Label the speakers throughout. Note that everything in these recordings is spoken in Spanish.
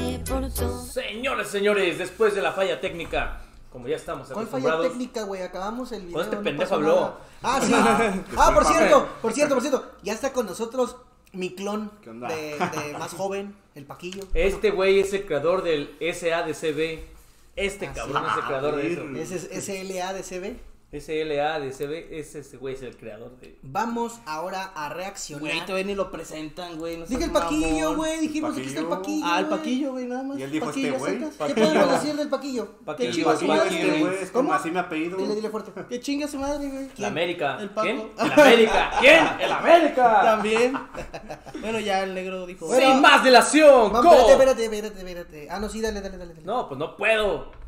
Speaker 1: minuto.
Speaker 2: Señores, señores, después de la falla técnica, como ya estamos
Speaker 3: ¿Cuál falla
Speaker 2: acostumbrados.
Speaker 3: técnica, güey? Acabamos el video.
Speaker 2: Con este
Speaker 3: no
Speaker 2: pendejo
Speaker 3: pasó
Speaker 2: habló.
Speaker 3: nada. Ah, sí. ah, por cierto, por cierto, por cierto. Ya está con nosotros mi clon
Speaker 4: ¿Qué onda?
Speaker 3: de, de más joven, el Paquillo.
Speaker 2: Este güey es el creador del SADCB. Este
Speaker 3: Ah, sí.
Speaker 2: cabrón es el creador de eso.
Speaker 3: Ese es SLA de CB.
Speaker 2: SLADCB, ese ese güey es el creador de.
Speaker 3: Vamos ahora a reaccionar.
Speaker 1: Güey, todavía ni lo presentan, güey. no
Speaker 3: Dije
Speaker 1: seas
Speaker 3: el Paquillo,
Speaker 1: mamón.
Speaker 3: güey. Dijimos aquí está el
Speaker 4: Paquillo.
Speaker 3: Paquillo.
Speaker 1: Ah, el
Speaker 3: güey.
Speaker 1: Paquillo, güey, nada más.
Speaker 4: Y él dijo,
Speaker 3: Paquillo,
Speaker 4: este güey.
Speaker 3: ¿aceptas? ¿Qué
Speaker 2: Paquillo.
Speaker 3: podemos decir del Paquillo?
Speaker 2: Paquillo,
Speaker 3: ¿Qué
Speaker 4: El
Speaker 1: Chivas,
Speaker 3: chingas,
Speaker 4: paquillo
Speaker 1: Paquillo,
Speaker 3: madre?
Speaker 4: este, güey, es como
Speaker 3: ¿Cómo?
Speaker 4: así me apellido.
Speaker 3: Dile, dile fuerte.
Speaker 1: Que chinga su madre, güey.
Speaker 2: La América.
Speaker 1: El Paco.
Speaker 2: ¿Quién? El América. ¿Quién? El
Speaker 4: Ah.
Speaker 2: América.
Speaker 1: También. bueno, ya el negro dijo.
Speaker 3: Bueno,
Speaker 2: Sin más dilación,
Speaker 3: Mam,
Speaker 2: go.
Speaker 3: espérate, espérate, espérate, espérate. Ah, no, sí, dale, dale, dale. dale.
Speaker 2: No, pues no puedo.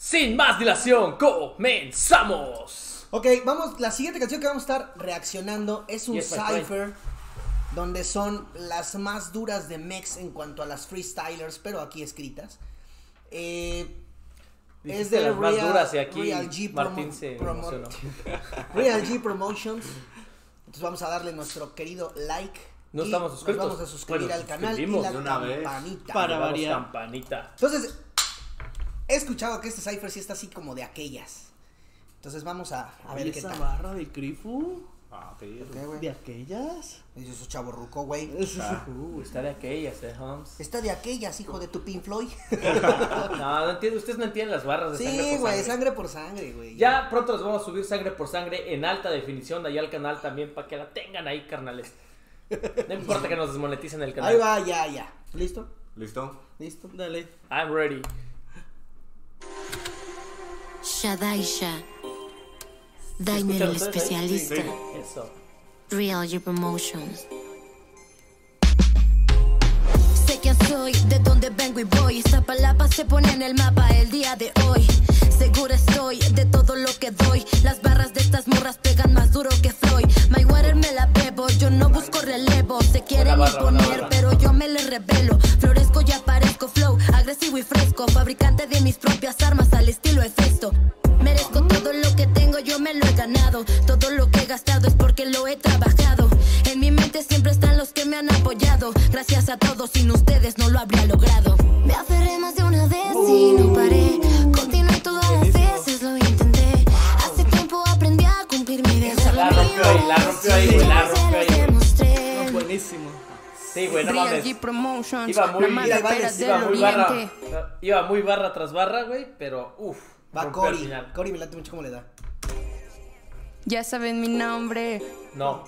Speaker 2: Sin más dilación, comenzamos.
Speaker 3: Ok, vamos, la siguiente canción que vamos a estar reaccionando es un
Speaker 2: Yes, my friend.
Speaker 3: cipher donde son las más duras de Mex en cuanto a las freestylers, pero aquí escritas. Eh, es
Speaker 2: Dijiste
Speaker 3: de
Speaker 2: las más duras y aquí
Speaker 3: Real G
Speaker 2: Martín
Speaker 3: Promo-
Speaker 2: se
Speaker 3: Promo-
Speaker 2: emocionó.
Speaker 3: Real G Promotions. Entonces vamos a darle nuestro querido like.
Speaker 2: No
Speaker 3: y
Speaker 2: estamos
Speaker 3: nos
Speaker 2: suscritos.
Speaker 3: Vamos a suscribir
Speaker 2: Bueno,
Speaker 3: al canal y
Speaker 2: suscribimos
Speaker 3: la
Speaker 4: de una vez.
Speaker 3: campanita.
Speaker 1: Para
Speaker 2: Llevamos
Speaker 1: variar.
Speaker 2: Campanita.
Speaker 3: Entonces, he escuchado que este cipher sí está así como de aquellas. Entonces vamos a, a ver
Speaker 1: ¿Y
Speaker 3: qué
Speaker 1: esa
Speaker 3: tal.
Speaker 1: barra de Crifu?
Speaker 4: Ah, apellido.
Speaker 3: Ok, güey.
Speaker 1: ¿De aquellas?
Speaker 3: Yo soy chavo ruco, güey.
Speaker 4: Ah.
Speaker 2: Uh, está de aquellas, eh, Holmes.
Speaker 3: Está de aquellas, hijo de tu Pink Floyd.
Speaker 2: No, Ah, no entiendo. Ustedes no entienden las barras de sangre
Speaker 3: sí,
Speaker 2: por
Speaker 3: güey,
Speaker 2: sangre.
Speaker 3: sangre por sangre, güey.
Speaker 2: Ya pronto les vamos a subir sangre por sangre en alta definición allá al canal también para que la tengan ahí, carnales. No importa que nos desmoneticen el
Speaker 3: Ahí
Speaker 2: canal.
Speaker 3: va, ya, ya. ¿Listo?
Speaker 4: ¿Listo?
Speaker 3: ¿Listo?
Speaker 1: Dale.
Speaker 2: I'm ready.
Speaker 5: Shadaisha. Daimel el
Speaker 2: ¿Escucharon ustedes ahí?
Speaker 5: especialista.
Speaker 4: Sí.
Speaker 2: Eso.
Speaker 5: Real G Promotions. Sé quién soy, de dónde vengo y voy. Zapalapa se pone en el mapa el día de hoy. Seguro estoy de todo lo que doy. Las barras de estas morras pegan más duro que Floyd. My water me la bebo, yo no busco relevo. Se quieren
Speaker 2: barra, buena
Speaker 5: imponer,
Speaker 2: barra.
Speaker 5: pero yo me les revelo. Florezco y aparezco, flow, agresivo y fresco. Fabricante de mis propias armas al estilo Hefesto. Merezco todo lo que tengo, yo me lo he ganado. Todo lo que he gastado es porque lo he trabajado. En mi mente siempre están los que me han apoyado. Gracias a todos, sin ustedes no lo habría logrado. Me aferré más de una vez y no paré. Continué todas las veces, lo intenté. Hace tiempo aprendí a cumplir mi deseo.
Speaker 2: La rompió ahí, la rompió ahí, güey, la rompió ahí, güey.
Speaker 3: Ah,
Speaker 1: No, buenísimo.
Speaker 2: Sí, güey, no
Speaker 5: Real
Speaker 2: mames.
Speaker 5: G Promotions,
Speaker 2: Iba muy,
Speaker 5: la mala
Speaker 3: mira,
Speaker 5: pera
Speaker 3: Vales,
Speaker 5: del
Speaker 2: iba muy barra. uh,
Speaker 5: oriente.
Speaker 2: Iba muy barra tras barra, güey, pero uff.
Speaker 3: Va Cory. Cory me late mucho cómo le da.
Speaker 6: Ya saben mi nombre.
Speaker 2: No.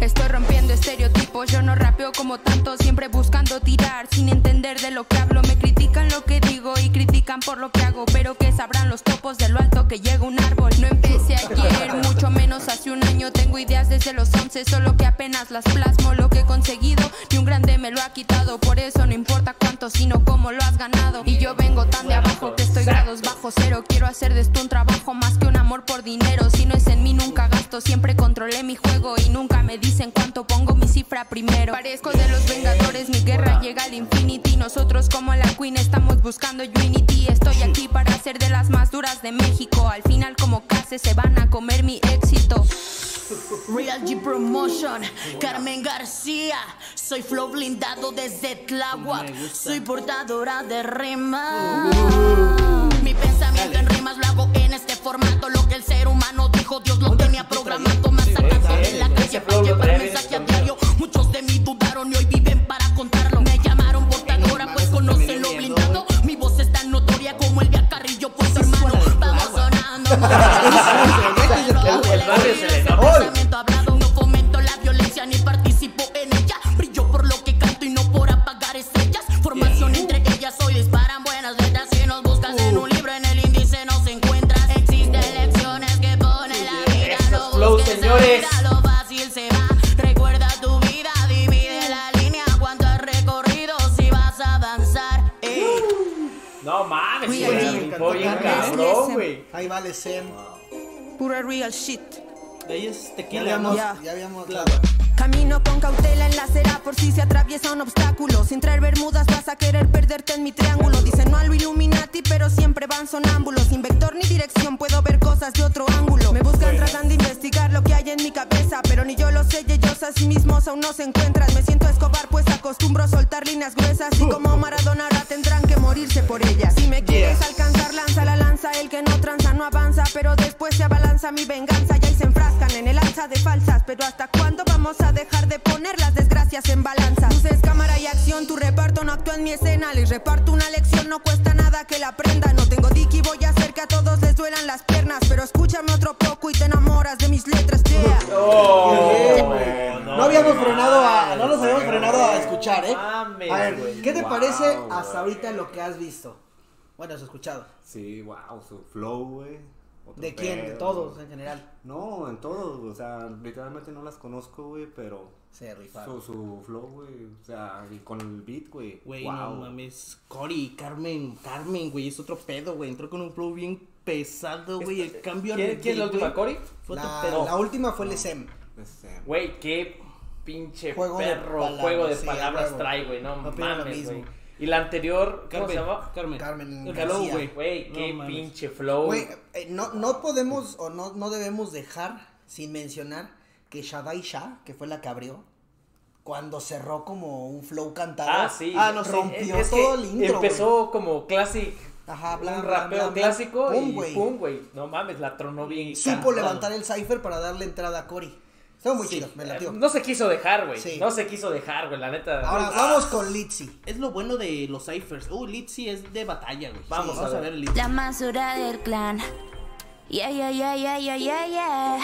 Speaker 6: Estoy rompiendo estereotipos, yo no rapeo como tanto, siempre buscando tirar, sin entender de lo que hablo, me critican lo que digo y critican por lo que hago, pero que sabrán los topos de lo alto que llega un árbol. No empecé ayer, mucho menos hace un año, tengo ideas desde los 11, solo que apenas las plasmo, lo que he conseguido, ni un grande me lo ha quitado, por eso no importa cuánto, sino cómo lo has ganado. Y yo vengo tan de abajo que estoy grados bajo cero, quiero hacer de esto un trabajo más que un amor por dinero, si no es en mí nunca gasto, siempre controlé mi juego y nunca me dicen cuánto pongo mi cifra primero. Parezco de los Vengadores, mi guerra llega al Infinity. Nosotros, como la Queen, estamos buscando Unity. Estoy aquí para ser de las más duras de México. Al final, como case, se van a comer mi éxito.
Speaker 5: Real G Promotion, Carmen García. Soy flow blindado desde Tláhuac. Soy portadora de rima. Mi pensamiento en rimas lo hago en este formato. Lo que el ser humano dijo, Dios lo tenía programado. Me sacan
Speaker 2: ese,
Speaker 5: de la
Speaker 2: ese
Speaker 5: calle
Speaker 2: flow
Speaker 5: para
Speaker 2: lo
Speaker 5: llevar
Speaker 2: traen
Speaker 5: mensaje a
Speaker 2: escondido.
Speaker 5: diario. Muchos de mí dudaron y hoy viven para contarlo. Me llamaron portadora, pues conocen lo blindado. Mi voz es tan notoria como el de Carrillo por su hermano. Vamos sonando.
Speaker 2: El barrio se le nota.
Speaker 5: Pensamiento hablado, no fomento la violencia ni participo en ella. Brillo por lo que canto y no por apagar estrellas. Formación entre ellas hoy disparan buenas letras. Si nos buscas en un libro, en el índice nos encuentras. Existen lecciones que pone la vida.
Speaker 2: Esos
Speaker 5: No
Speaker 2: flows,
Speaker 5: busques
Speaker 2: señores.
Speaker 5: ahorita, lo fácil se va. Recuerda tu vida, divide la línea. Cuánto has recorrido si vas a avanzar. ey.
Speaker 2: No mames,
Speaker 5: Uy,
Speaker 2: güey.
Speaker 5: ahí.
Speaker 2: la rifó bien
Speaker 1: Carmen
Speaker 2: cabrón, güey.
Speaker 3: Ahí vale Sem.
Speaker 6: Pura real shit.
Speaker 1: De ahí es
Speaker 3: Ya
Speaker 1: tequila, ¿no?
Speaker 3: habíamos,
Speaker 6: Ya.
Speaker 3: ya habíamos.
Speaker 1: Claro.
Speaker 6: Camino con cautela en la acera por si se atraviesa un obstáculo. Sin traer bermudas vas a querer perderte en mi triángulo. Dicen no a lo Illuminati, pero siempre van sonámbulos. Sin vector ni dirección puedo ver cosas de otro ángulo. Me buscan tratando de investigar lo que hay en mi cabeza, pero ni yo lo sé y ellos a sí mismos aún no se encuentran. Me siento escobar, pues acostumbro a soltar
Speaker 4: cruzar líneas gruesas y como Maradona ahora tendrán que morirse por ella. Si me quieres alcanzar, lanza la lanza, el que no tranza no avanza, pero después se abalanza mi venganza y ahí se enfrascan en el alza de falsas. Pero hasta cuándo vamos a dejar de poner las desgracias en balanza? Luces, cámara y acción, tu reparto no actúa en mi escena, les reparto una lección, no cuesta nada que la aprenda. No tengo dick y voy a hacer que a todos les duelan las piernas, pero escúchame otro poco y te enamoras de mis letras, yeah.
Speaker 3: No habíamos frenado a. No nos habíamos frenado a escuchar, ¿eh?
Speaker 2: Mames,
Speaker 3: a ver,
Speaker 2: güey.
Speaker 3: ¿qué te
Speaker 7: Wow,
Speaker 3: parece
Speaker 7: güey.
Speaker 3: hasta ahorita lo que has visto? Bueno, has escuchado.
Speaker 7: Sí, wow, su flow, güey. Otro
Speaker 3: ¿De quién? De
Speaker 7: pedo.
Speaker 3: todos en general.
Speaker 7: No, en todos, o sea, literalmente no las conozco, güey, pero
Speaker 3: Se rifaron.
Speaker 7: su, su flow, güey, o sea, y con el beat, güey.
Speaker 1: Güey, no
Speaker 7: wow.
Speaker 1: mames. Cory, Carmen, Carmen, güey, es otro pedo, güey. Entró con un flow bien pesado, güey.
Speaker 3: Este,
Speaker 1: El cambio
Speaker 2: ¿Quién, quién es la
Speaker 1: güey,
Speaker 2: última, Cory?
Speaker 1: Fue otro
Speaker 3: La,
Speaker 1: pedo.
Speaker 3: la última fue el SM.
Speaker 7: Este,
Speaker 2: Güey, qué pinche
Speaker 3: Juego de
Speaker 2: perro
Speaker 3: palabras,
Speaker 2: juego de
Speaker 3: sí, a
Speaker 2: palabras
Speaker 3: huevo.
Speaker 2: trae, güey. No
Speaker 3: Opino lo
Speaker 2: mames,
Speaker 3: mismo.
Speaker 2: güey. Y la anterior, ¿cómo
Speaker 1: Carmen,
Speaker 2: se llama?
Speaker 1: Carmen.
Speaker 3: Carmen
Speaker 1: El calor,
Speaker 3: García.
Speaker 1: güey.
Speaker 2: Güey,
Speaker 1: No
Speaker 2: qué
Speaker 1: mames.
Speaker 2: pinche flow.
Speaker 3: Güey, eh, no, no podemos o no, no debemos dejar sin mencionar que Shadai Shah, que fue la que abrió, cuando cerró como un flow cantado,
Speaker 2: Ah, sí.
Speaker 1: Ah, no sé.
Speaker 3: rompió
Speaker 2: Es que
Speaker 3: todo el intro. güey.
Speaker 2: Empezó como classic.
Speaker 3: Ajá, bla,
Speaker 2: un
Speaker 3: bla,
Speaker 2: rapeo
Speaker 3: bla, bla.
Speaker 2: clásico
Speaker 3: Pum,
Speaker 2: y
Speaker 3: güey.
Speaker 2: pum, güey. No mames, la tronó bien.
Speaker 3: Supo
Speaker 2: cabrón.
Speaker 3: levantar el cipher para darle entrada a Cory. Estaba muy
Speaker 2: Sí,
Speaker 3: chido, me
Speaker 2: eh,
Speaker 3: latió.
Speaker 2: No se quiso dejar, güey.
Speaker 3: Sí.
Speaker 2: No se quiso dejar, güey, la neta. Ah,
Speaker 3: Ahora vamos con Litzy.
Speaker 1: Es lo bueno de los ciphers. Uh, Litzy es de batalla, güey.
Speaker 2: Vamos
Speaker 1: vamos
Speaker 2: a
Speaker 1: a
Speaker 2: ver.
Speaker 1: ver Litzy.
Speaker 8: La masura del clan. Yeah, yeah, yeah, yeah, yeah, yeah, yeah.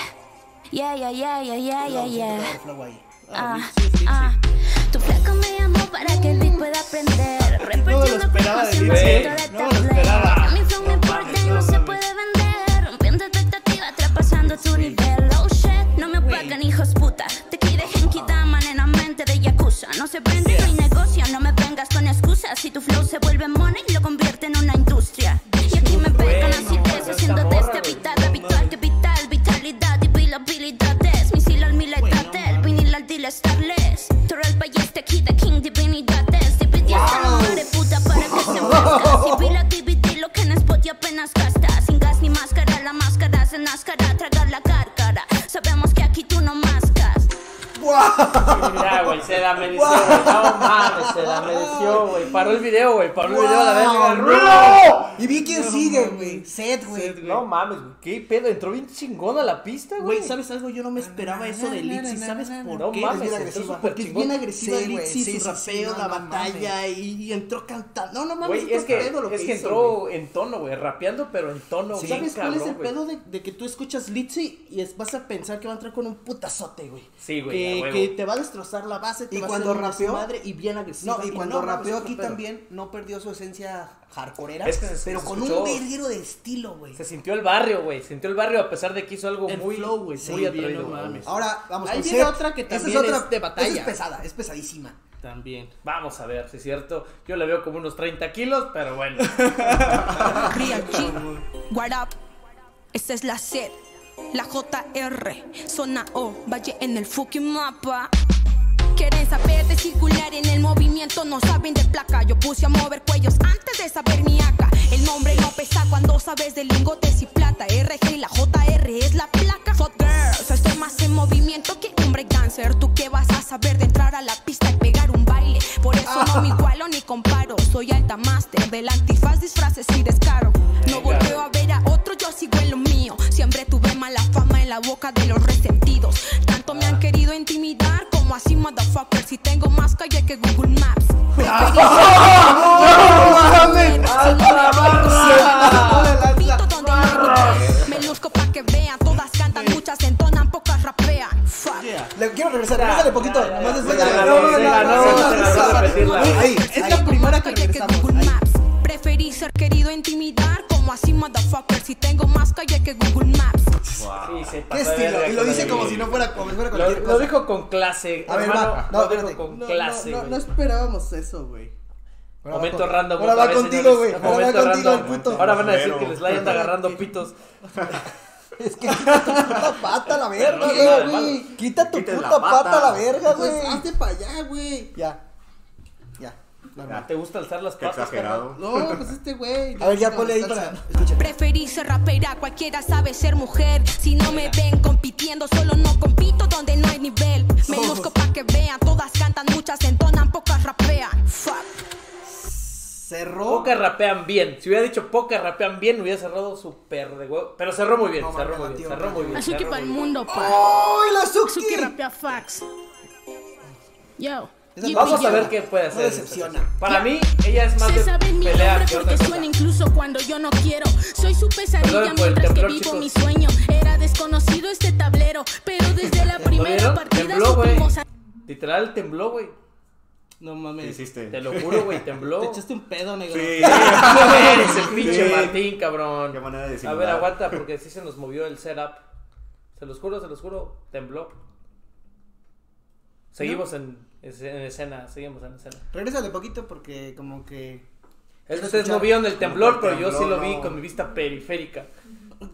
Speaker 8: Yeah, yeah, yeah, yeah, yeah, yeah,
Speaker 3: Vamos a
Speaker 8: yeah.
Speaker 3: entrar al flow ahí.
Speaker 8: Ah,
Speaker 1: Litzy es Litzy.
Speaker 8: ah. Tu flaco me llamó para que el beat pueda aprender. Repartiendo
Speaker 1: esperaba de
Speaker 8: percusión
Speaker 1: Litzy,
Speaker 8: por
Speaker 2: eh.
Speaker 8: toda
Speaker 1: No me lo
Speaker 8: esta play.
Speaker 1: esperaba.
Speaker 8: A mi flow me
Speaker 1: No
Speaker 8: importa
Speaker 1: mames,
Speaker 8: y
Speaker 1: no
Speaker 8: no se
Speaker 1: mames.
Speaker 8: puede vender. Rompiendo expectativas, traspasando tu nivel. Oh shit, no me pagan, hijos puta. Te quiere Genki Dama, nena mente de Yakuza. No se vende ni negocia, no me vengas con excusas. Si tu flow se vuelve money, lo convierte en una industria. Y aquí me pegan así
Speaker 2: no,
Speaker 8: tres,
Speaker 2: esta
Speaker 8: haciendo de
Speaker 2: morra,
Speaker 8: este
Speaker 2: güey.
Speaker 8: vital, habitual, que vital, vitalidad y vilabilidades. Misil al mil del vinil al deal starless. Toro al país, te quita king, divinidades. Dividí hasta la madre puta para que se envasca. Civil activity, lo que en spot y apenas gasta. Sin gas ni máscara, la máscara se nascará, tragar la cárcara. Sabemos que aquí tú no mascas.
Speaker 2: Ya, güey, se la mereció, güey. No mames, se la mereció, güey. Paró el video, güey. Paró el video a la verga.
Speaker 3: ¡Wow! Y vi quién sigue, güey. Seth, güey.
Speaker 2: No mames, güey. ¿Qué pedo? Entró bien chingón a la pista,
Speaker 1: Güey,
Speaker 2: güey.
Speaker 1: ¿sabes algo? Yo no me esperaba eso de Litzy. ¿Sabes por
Speaker 2: No
Speaker 1: qué?
Speaker 2: mames,
Speaker 1: Es bien
Speaker 2: entró
Speaker 1: agresiva.
Speaker 2: súper
Speaker 1: Porque es
Speaker 2: chingón.
Speaker 1: bien agresiva
Speaker 3: Sí, güey,
Speaker 1: Litzy,
Speaker 3: sí,
Speaker 1: su
Speaker 3: sí, sí,
Speaker 1: rapeo,
Speaker 3: no,
Speaker 1: la
Speaker 3: no
Speaker 1: batalla y, y entró cantando. No, no mames,
Speaker 2: Güey,
Speaker 1: otro
Speaker 2: es que,
Speaker 1: pedo lo
Speaker 2: es que
Speaker 1: hizo,
Speaker 2: entró
Speaker 1: güey.
Speaker 2: en tono, güey, rapeando, pero en tono, güey.
Speaker 1: ¿Sabes cuál es el
Speaker 2: güey.
Speaker 1: pedo de, de que tú escuchas Litzy y es- vas a pensar que va a entrar con un putazote, güey?
Speaker 2: Sí, güey, a
Speaker 1: Que,
Speaker 2: huevo.
Speaker 1: que te va a destrozar la base, te
Speaker 3: Y
Speaker 1: va
Speaker 3: cuando
Speaker 1: a hacer un
Speaker 3: rapeó-
Speaker 1: desmadre y bien agresiva.
Speaker 3: No, y cuando
Speaker 1: mames,
Speaker 3: rapeó
Speaker 1: otro
Speaker 3: aquí
Speaker 1: pedo.
Speaker 3: también, no perdió su esencia hardcoreera.
Speaker 2: Es que se-
Speaker 3: pero
Speaker 2: se
Speaker 3: con
Speaker 2: escuchó.
Speaker 3: un verguero de estilo, güey.
Speaker 2: Se sintió el barrio, güey. Sintió el barrio a pesar de que hizo algo
Speaker 1: El
Speaker 2: muy,
Speaker 1: flow, güey, se
Speaker 2: muy
Speaker 1: ve bien,
Speaker 2: atrevido.
Speaker 1: no
Speaker 2: güey.
Speaker 1: mames.
Speaker 3: Ahora vamos
Speaker 1: Ahí
Speaker 3: con
Speaker 1: viene
Speaker 3: Seth.
Speaker 1: otra que
Speaker 3: Esa
Speaker 1: también es de batalla.
Speaker 3: esa es pesada, es pesadísima.
Speaker 1: También.
Speaker 2: Vamos a ver, si es cierto. Yo le veo como unos 30 kilos, pero bueno.
Speaker 4: Real G, what up? Esta es la set, la JR, zona O, valle en el fucking mapa. Quieren saber de circular en el movimiento, no saben de placa. Yo puse a mover cuellos antes de saber mi acá. El nombre no pesa cuando sabes de lingotes y plata. RG y la JR es la placa. Hot girls, estoy más en movimiento que un breakdancer. ¿Tú qué vas a saber de entrar a la pista y pegar un baile? Por eso no me igualo ni comparo. Soy alta máster del antifaz, disfraces y descaro. No
Speaker 2: Venga.
Speaker 4: volteo a ver a otro, yo sigo en lo mío. Siempre tuve mala fama en la boca de los resentidos. Tanto me han querido intimidar como así, motherfucker. Si tengo más calle que Google Maps. Pito donde no hay- Me luzco pa' que vean. Todas cantan, muchas entonan, pocas rapean. Fuck.
Speaker 3: Le quiero regresar, regresale poquito.
Speaker 2: ya,
Speaker 3: Nomás
Speaker 2: ya,
Speaker 3: después
Speaker 2: ya,
Speaker 3: de
Speaker 2: ya,
Speaker 3: la-
Speaker 2: ya,
Speaker 3: no,
Speaker 2: ya,
Speaker 3: no,
Speaker 2: ya, ya,
Speaker 3: no,
Speaker 2: ya,
Speaker 3: no, no,
Speaker 2: ya, ya,
Speaker 3: no, no,
Speaker 2: ya,
Speaker 3: no,
Speaker 2: ya,
Speaker 3: ahí,
Speaker 4: Es
Speaker 3: ahí.
Speaker 4: la primera que
Speaker 3: regresamos,
Speaker 4: Google
Speaker 3: ahí.
Speaker 4: Maps. Preferí ser querido e intimidar como así, motherfucker. Si tengo más calle que Google Maps.
Speaker 2: Sí, se pasó
Speaker 3: ¿Qué
Speaker 2: de
Speaker 3: estilo?
Speaker 2: verga
Speaker 3: Y lo
Speaker 2: con
Speaker 3: dice
Speaker 2: el-
Speaker 3: como si no fuera, como si fuera
Speaker 2: Lo,
Speaker 3: cualquier
Speaker 2: lo
Speaker 3: cosa.
Speaker 2: dijo con clase,
Speaker 3: A ver,
Speaker 2: hermano.
Speaker 3: va.
Speaker 2: lo
Speaker 3: No,
Speaker 2: dijo
Speaker 3: espérate.
Speaker 2: con
Speaker 1: No,
Speaker 2: clase,
Speaker 1: no, no,
Speaker 2: güey.
Speaker 1: no esperábamos eso, güey.
Speaker 3: Ahora va
Speaker 2: Momento
Speaker 3: con-
Speaker 2: random.
Speaker 3: Ahora
Speaker 2: otra
Speaker 3: va
Speaker 2: vez,
Speaker 3: contigo,
Speaker 2: señores.
Speaker 3: güey. Ahora va
Speaker 2: Momento
Speaker 3: contigo el
Speaker 2: random.
Speaker 3: puto.
Speaker 2: Ahora van a decir que
Speaker 7: Pero-
Speaker 2: les la está agarrando pitos.
Speaker 3: Es que quita tu puta pata a la verga,
Speaker 2: No, no, no,
Speaker 3: güey. Quita tu
Speaker 7: Quiten la
Speaker 3: puta pata a la
Speaker 7: pata.
Speaker 3: verga, güey.
Speaker 1: Pues hazte para allá, güey.
Speaker 3: Ya. Ya. normal.
Speaker 2: Ah, ¿Te gusta alzar las
Speaker 7: qué
Speaker 2: patas?
Speaker 7: exagerado.
Speaker 1: No, pues este güey.
Speaker 3: A ver, ya
Speaker 1: No,
Speaker 3: ponle ahí
Speaker 1: está
Speaker 3: para.
Speaker 1: sano.
Speaker 3: Escucha.
Speaker 4: Preferí ser rapera, cualquiera sabe ser mujer. Si no me ven compitiendo, solo no compito donde no hay nivel. Me busco pa' que vean, todas cantan, muchas entonan, pocas rapean.
Speaker 3: cerró.
Speaker 2: Pocas rapean bien. Si hubiera dicho pocas rapean bien, hubiera cerrado súper de huevo. Pero cerró muy bien,
Speaker 3: No,
Speaker 2: cerró
Speaker 3: mames,
Speaker 2: muy bien,
Speaker 3: tío,
Speaker 2: cerró muy bien.
Speaker 9: Azuki
Speaker 2: cerró
Speaker 9: para el
Speaker 2: muy bien.
Speaker 9: mundo, pa.
Speaker 3: ¡Oh, la
Speaker 9: Azuki
Speaker 3: Suki!
Speaker 9: rapea fax. Yo.
Speaker 3: Esa-
Speaker 9: Yipi,
Speaker 2: Vamos a
Speaker 9: yo.
Speaker 2: ver qué puede
Speaker 3: No
Speaker 2: hacer.
Speaker 3: decepciona.
Speaker 2: Para mí, ella es más
Speaker 9: Se
Speaker 2: de
Speaker 9: sabe mi
Speaker 2: pelea
Speaker 9: nombre
Speaker 2: que otra
Speaker 9: porque
Speaker 2: cosa.
Speaker 9: suena incluso cuando yo no quiero. Soy su pesadilla
Speaker 2: Perdón por el
Speaker 9: mientras que
Speaker 2: temblor,
Speaker 9: vivo
Speaker 2: chicos.
Speaker 9: mi sueño. Era desconocido este tablero, pero desde la
Speaker 2: ¿Lo
Speaker 9: primera
Speaker 2: vieron?
Speaker 9: partida
Speaker 2: Tembló, güey.
Speaker 9: supimos a-
Speaker 2: Literal tembló, güey.
Speaker 1: No
Speaker 7: ¿Qué
Speaker 1: mames. Te
Speaker 7: hiciste?
Speaker 2: Te lo juro, güey, tembló.
Speaker 1: echaste un pedo, negro.
Speaker 7: Sí.
Speaker 2: ¿Cómo eres el pinche
Speaker 7: Sí.
Speaker 2: Martín, cabrón?
Speaker 7: Qué manera de
Speaker 2: A
Speaker 7: disimular.
Speaker 2: ver, aguanta, porque sí se nos movió el setup. Se los juro, se los juro, tembló. Seguimos en, en escena, seguimos en escena.
Speaker 3: Regrésale poquito porque como que...
Speaker 2: Es
Speaker 3: Quiero
Speaker 2: que ustedes no
Speaker 3: escuchar.
Speaker 2: vieron el temblor,
Speaker 7: Como que
Speaker 2: pero yo sí
Speaker 7: tembló,
Speaker 2: lo vi
Speaker 7: no.
Speaker 2: con mi vista periférica.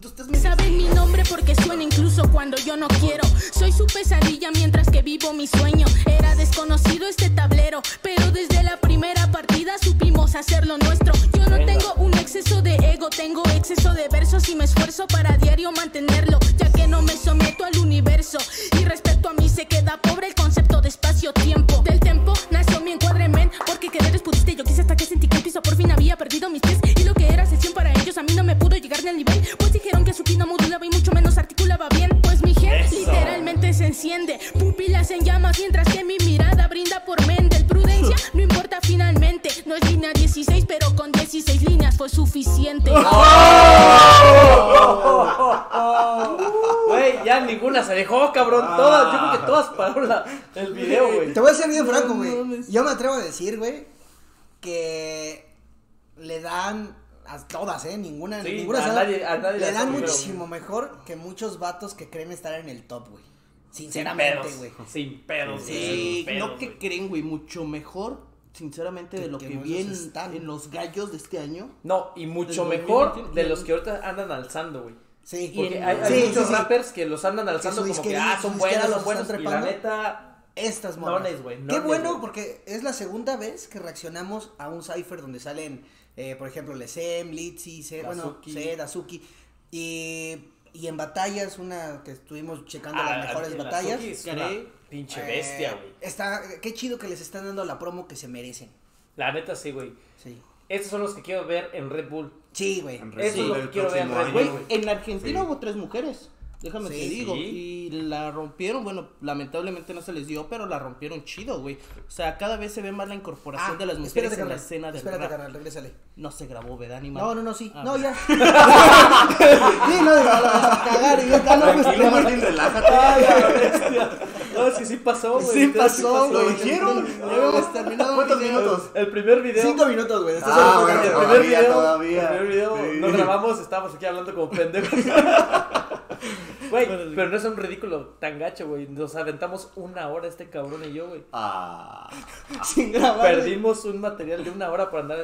Speaker 1: Tú estás
Speaker 9: Se sabe mi nombre porque suena incluso cuando yo no quiero. Soy su pesadilla mientras que vivo mi sueño. Era desconocido este tablero, pero desde la primera partida supimos hacerlo nuestro. Yo no
Speaker 2: Venga.
Speaker 9: tengo un exceso de ego, tengo exceso de versos y me esfuerzo para diario mantenerlo, ya que no me someto al universo. Y respecto a mí se queda pobre el concepto de espacio-tiempo. Del tiempo nació mi encuadre, men, porque querer es pudiste. Yo quise hasta que sentí que el piso por fin había perdido mis pies. Y lo que era sesión para ellos a mí no me pudo llegar ni al nivel. Pues dijeron que su pino modulaba y mucho menos articulaba bien. Pues mi gen
Speaker 2: Eso.
Speaker 9: literalmente se enciende. Pupilas en llamas mientras que mi mirada brinda por Mendel. Prudencia no importa finalmente. No es línea 16, pero con 16 líneas fue suficiente.
Speaker 2: Güey, ya ninguna se dejó, cabrón.
Speaker 7: Ah.
Speaker 2: Todas, yo creo que todas pararon la- el video, güey.
Speaker 3: Te voy a ser bien franco, güey.
Speaker 1: mames.
Speaker 3: Yo me atrevo a decir, güey, que le dan a todas, ¿eh? Ninguna,
Speaker 2: Sí,
Speaker 3: ninguna
Speaker 2: a
Speaker 3: se da-
Speaker 2: nadie- a nadie
Speaker 3: le
Speaker 2: le
Speaker 3: dan
Speaker 2: sirve,
Speaker 3: muchísimo mejor que muchos vatos que creen estar en el top, güey.
Speaker 2: Sin
Speaker 3: Sinceramente,
Speaker 2: pedos,
Speaker 3: güey.
Speaker 2: sin pedos.
Speaker 1: Sí,
Speaker 2: sin pedos,
Speaker 1: no que
Speaker 2: güey.
Speaker 1: creen, güey, mucho mejor, sinceramente, de
Speaker 3: Que-
Speaker 1: lo
Speaker 3: que
Speaker 1: que
Speaker 3: buenos
Speaker 1: vi en,
Speaker 3: están.
Speaker 1: en los gallos de este año.
Speaker 2: No, y mucho
Speaker 1: Del
Speaker 2: mejor
Speaker 1: 2021,
Speaker 2: de
Speaker 1: y-
Speaker 2: los que ahorita andan alzando, güey.
Speaker 3: Sí.
Speaker 2: Porque hay, hay
Speaker 3: Sí, sí,
Speaker 2: muchos
Speaker 3: sí.
Speaker 2: rappers que los andan alzando
Speaker 3: su
Speaker 2: como que,
Speaker 3: disquera-
Speaker 2: ah,
Speaker 3: su
Speaker 2: son
Speaker 3: disquera
Speaker 2: buenos,
Speaker 3: los
Speaker 2: son buenos.
Speaker 3: están
Speaker 2: Y la
Speaker 3: trepando.
Speaker 2: neta,
Speaker 3: Estas morras.
Speaker 2: Nones, güey,
Speaker 3: Qué
Speaker 2: nones,
Speaker 3: bueno,
Speaker 2: güey.
Speaker 3: porque es la segunda vez que reaccionamos a un cipher donde salen, eh, por ejemplo, Lesem, Litzy, Zed, bueno,
Speaker 2: Dazuki.
Speaker 3: Zed, Azuki. Y, y en batallas, una que estuvimos checando
Speaker 2: ah,
Speaker 3: las mejores
Speaker 2: el
Speaker 3: batallas.
Speaker 2: Azuki es
Speaker 1: Garay,
Speaker 2: una
Speaker 1: eh,
Speaker 2: pinche
Speaker 3: eh,
Speaker 2: bestia, güey.
Speaker 3: está, qué chido que les están dando la promo que se merecen.
Speaker 2: La neta, sí, güey.
Speaker 3: Sí.
Speaker 2: Estos son los que quiero ver en Red Bull.
Speaker 3: Sí, güey. Ah,
Speaker 7: En
Speaker 2: Eso es lo
Speaker 7: resumen,
Speaker 2: que quiero ver en
Speaker 7: próximo
Speaker 2: Red
Speaker 1: Güey,
Speaker 2: Bull. güey.
Speaker 1: en Argentina
Speaker 7: Sí.
Speaker 1: hubo tres mujeres, déjame
Speaker 3: Sí.
Speaker 1: te digo,
Speaker 2: Sí.
Speaker 1: y la rompieron, bueno, lamentablemente no se les dio, pero la rompieron chido, güey. O sea, cada vez se ve más la incorporación de las mujeres en la
Speaker 3: carnal.
Speaker 1: escena del
Speaker 3: Ah, Espérate,
Speaker 1: rap.
Speaker 3: carnal, regrésale.
Speaker 1: No se grabó, ¿verdad, animal?
Speaker 3: No, no, no, sí.
Speaker 1: Ah,
Speaker 3: no,
Speaker 1: bueno.
Speaker 3: ya. sí, no, digo, la vas a cagar y ya está, no, pues,
Speaker 7: Tranquilo, Martín, relájate.
Speaker 2: No, es que sí pasó, güey.
Speaker 1: Sí
Speaker 2: Ustedes
Speaker 1: pasó,
Speaker 7: Lo
Speaker 1: güey.
Speaker 7: dijeron.
Speaker 1: Ya habíamos terminado.
Speaker 7: ¿Cuántos
Speaker 1: el video.
Speaker 7: minutos?
Speaker 2: El primer video.
Speaker 3: Cinco minutos, güey. Estás
Speaker 7: Ah,
Speaker 3: solo
Speaker 7: bueno,
Speaker 2: el
Speaker 3: tocando.
Speaker 2: primer
Speaker 7: todavía,
Speaker 2: video,
Speaker 7: todavía.
Speaker 2: El primer video
Speaker 7: Sí.
Speaker 2: no grabamos, estábamos aquí hablando como pendejos. Güey, pero no es un ridículo tan gacho, güey. Nos aventamos una hora este cabrón y yo, güey.
Speaker 7: Ah.
Speaker 3: sin grabar. güey.
Speaker 2: Perdimos un material de una hora para andar.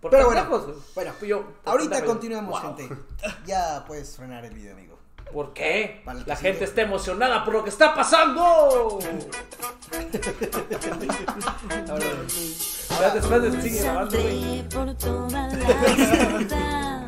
Speaker 2: Por
Speaker 3: Ah, Pero bueno,
Speaker 2: pendejos, güey.
Speaker 3: bueno,
Speaker 2: Yo-
Speaker 3: Ahorita
Speaker 2: pendejos.
Speaker 3: continuamos,
Speaker 2: Wow.
Speaker 3: gente. Ya puedes frenar el video, amigo.
Speaker 2: ¿Por qué?
Speaker 3: Para el que
Speaker 2: La
Speaker 3: sigue.
Speaker 2: gente está emocionada por lo que está pasando. Ahora, espérate, espérate, sigue grabando, güey.
Speaker 5: Saldré por toda la ciudad.